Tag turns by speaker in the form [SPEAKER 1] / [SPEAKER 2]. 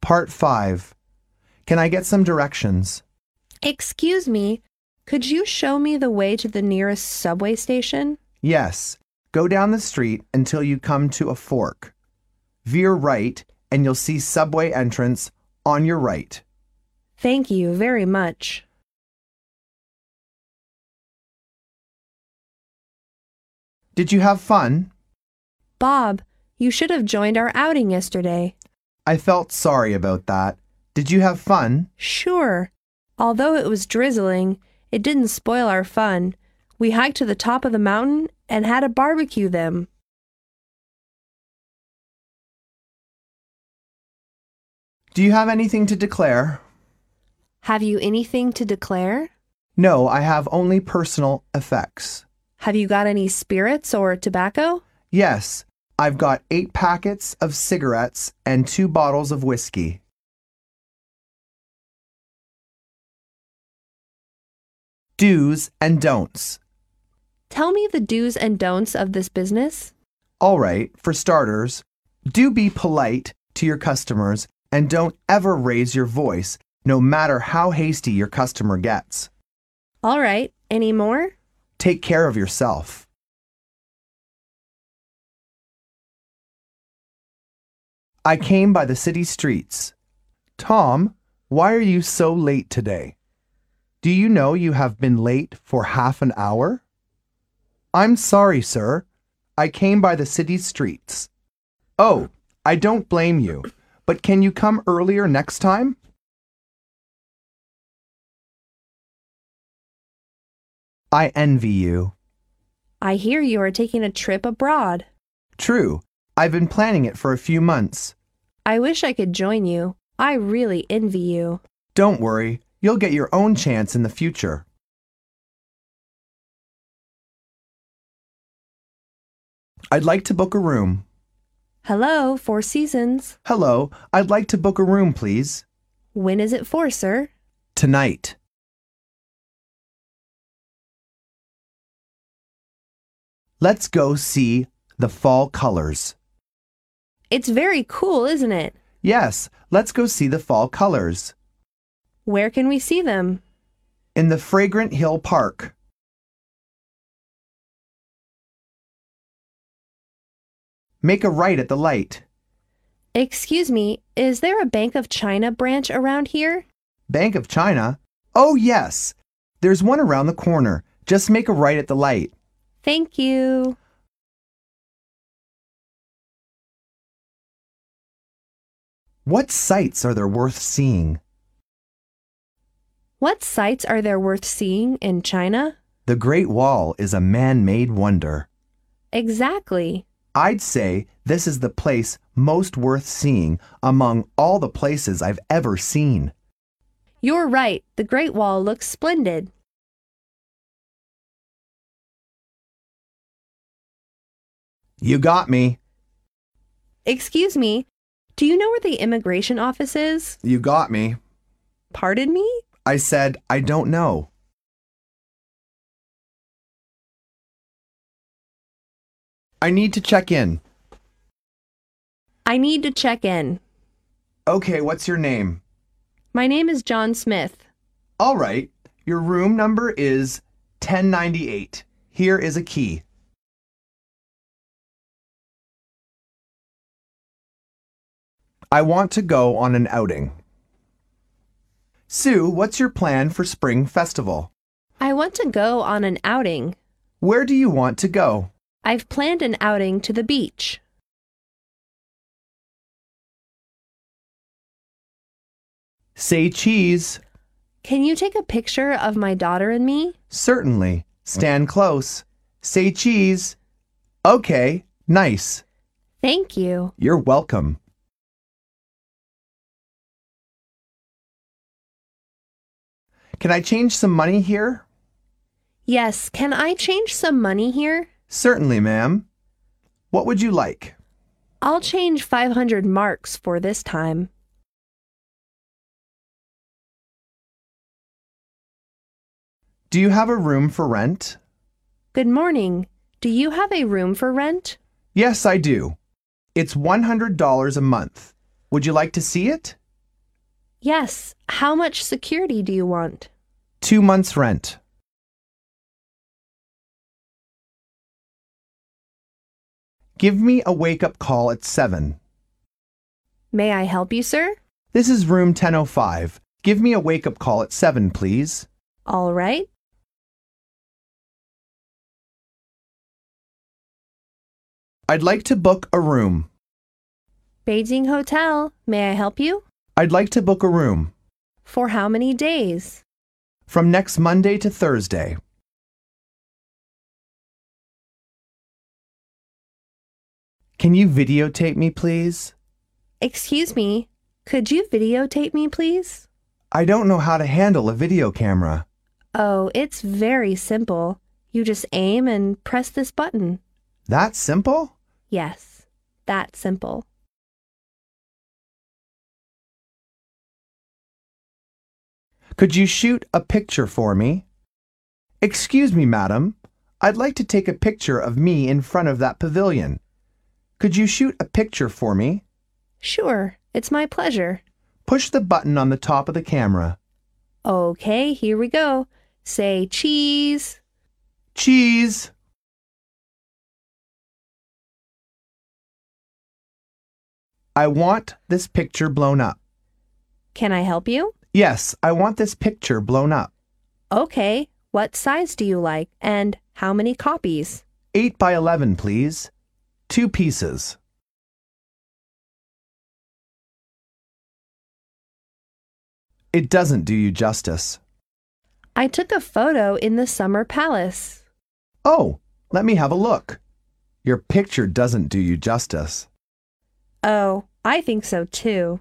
[SPEAKER 1] Part 5. Can I get some directions?
[SPEAKER 2] Excuse me, could you show me the way to the nearest subway station?
[SPEAKER 1] Yes. Go down the street until you come to a fork. Veer right and you'll see subway entrance on your right.
[SPEAKER 2] Thank you very much.
[SPEAKER 1] Did you have fun?
[SPEAKER 2] Bob, you should have joined our outing yesterday.
[SPEAKER 1] I felt sorry about that. Did you have fun?
[SPEAKER 2] Sure. Although it was drizzling, it didn't spoil our fun. We hiked to the top of the mountain and had a barbecue then.
[SPEAKER 1] Do you have anything to declare?
[SPEAKER 2] Have you anything to declare?
[SPEAKER 1] No, I have only personal effects.
[SPEAKER 2] Have you got any spirits or tobacco?
[SPEAKER 1] Yes, I've got eight packets of cigarettes and two bottles of whiskey. Do's and don'ts.
[SPEAKER 2] Tell me the do's and don'ts of this business.
[SPEAKER 1] All right, for starters, do be polite to your customers and don't ever raise your voice, no matter how hasty your customer gets.
[SPEAKER 2] All right, any more?
[SPEAKER 1] Take care of yourself. I came by the city streets. Tom, why are you so late today? Do you know you have been late for half an hour? I'm sorry, sir. I came by the city streets. Oh, I don't blame you, but can you come earlier next time? I envy you.
[SPEAKER 2] I hear you are taking a trip abroad.
[SPEAKER 1] True, I've been planning it for a few months.
[SPEAKER 2] I wish I could join you. I really envy you.
[SPEAKER 1] Don't worry, you'll get your own chance in the future. I'd like to book a room.
[SPEAKER 2] Hello, Four Seasons.
[SPEAKER 1] Hello, I'd like to book a room, please.
[SPEAKER 2] When is it for, sir?
[SPEAKER 1] Tonight. Let's go see the fall colors.
[SPEAKER 2] It's very cool, isn't it?
[SPEAKER 1] Yes, let's go see the fall colors
[SPEAKER 2] Where can we see them?
[SPEAKER 1] in the Fragrant Hill Park. Make a right at the light.
[SPEAKER 2] Excuse me, is there a Bank of China branch around here?
[SPEAKER 1] Bank of China? Oh, yes. There's one around the corner. Just make a right at the light.
[SPEAKER 2] Thank you.
[SPEAKER 1] What sights are there worth seeing?
[SPEAKER 2] What sights are there worth seeing in China?
[SPEAKER 1] The Great Wall is a man made wonder.
[SPEAKER 2] Exactly.
[SPEAKER 1] I'd say this is the place most worth seeing among all the places I've ever seen.
[SPEAKER 2] You're right, the Great Wall looks splendid.
[SPEAKER 1] You got me.
[SPEAKER 2] Excuse me, do you know where the immigration office is?
[SPEAKER 1] You got me.
[SPEAKER 2] Pardon me?
[SPEAKER 1] I said, I don't know. I need to check in.
[SPEAKER 2] I need to check in.
[SPEAKER 1] Okay, what's your name?
[SPEAKER 2] My name is John Smith.
[SPEAKER 1] All right, your room number is 1098. Here is a key. I want to go on an outing. Sue, what's your plan for Spring Festival?
[SPEAKER 2] I want to go on an outing.
[SPEAKER 1] Where do you want to go?
[SPEAKER 2] I've planned an outing to the beach.
[SPEAKER 1] Say cheese.
[SPEAKER 2] Can you take a picture of my daughter and me?
[SPEAKER 1] Certainly. Stand close. Say cheese. Okay, nice.
[SPEAKER 2] Thank you.
[SPEAKER 1] You're welcome. Can I change some money here?
[SPEAKER 2] Yes, can I change some money here?
[SPEAKER 1] Certainly, ma'am. What would you like?
[SPEAKER 2] I'll change 500 marks for this time.
[SPEAKER 1] Do you have a room for rent?
[SPEAKER 2] Good morning. Do you have a room for rent?
[SPEAKER 1] Yes, I do. It's $100 a month. Would you like to see it?
[SPEAKER 2] Yes, how much security do you want?
[SPEAKER 1] Two months' rent. Give me a wake up call at 7.
[SPEAKER 2] May I help you, sir?
[SPEAKER 1] This is room 1005. Give me a wake up call at 7, please.
[SPEAKER 2] All right.
[SPEAKER 1] I'd like to book a room.
[SPEAKER 2] Beijing Hotel, may I help you?
[SPEAKER 1] I'd like to book a room
[SPEAKER 2] For how many days?
[SPEAKER 1] from next Monday to Thursday. Can you videotape me, please?
[SPEAKER 2] Excuse me, could you videotape me, please?
[SPEAKER 1] I don't know how to handle a video camera.
[SPEAKER 2] Oh, it's very simple. You just aim and press this button.
[SPEAKER 1] That simple?
[SPEAKER 2] Yes, that simple.
[SPEAKER 1] Could you shoot a picture for me? Excuse me, madam. I'd like to take a picture of me in front of that pavilion. Could you shoot a picture for me?
[SPEAKER 2] Sure, it's my pleasure.
[SPEAKER 1] Push the button on the top of the camera.
[SPEAKER 2] Okay, here we go. Say cheese.
[SPEAKER 1] Cheese! I want this picture blown up.
[SPEAKER 2] Can I help you?
[SPEAKER 1] Yes, I want this picture blown up.
[SPEAKER 2] Okay, what size do you like and how many copies?
[SPEAKER 1] 8 by 11, please. Two pieces. It doesn't do you justice.
[SPEAKER 2] I took a photo in the Summer Palace.
[SPEAKER 1] Oh, let me have a look. Your picture doesn't do you justice.
[SPEAKER 2] Oh, I think so too.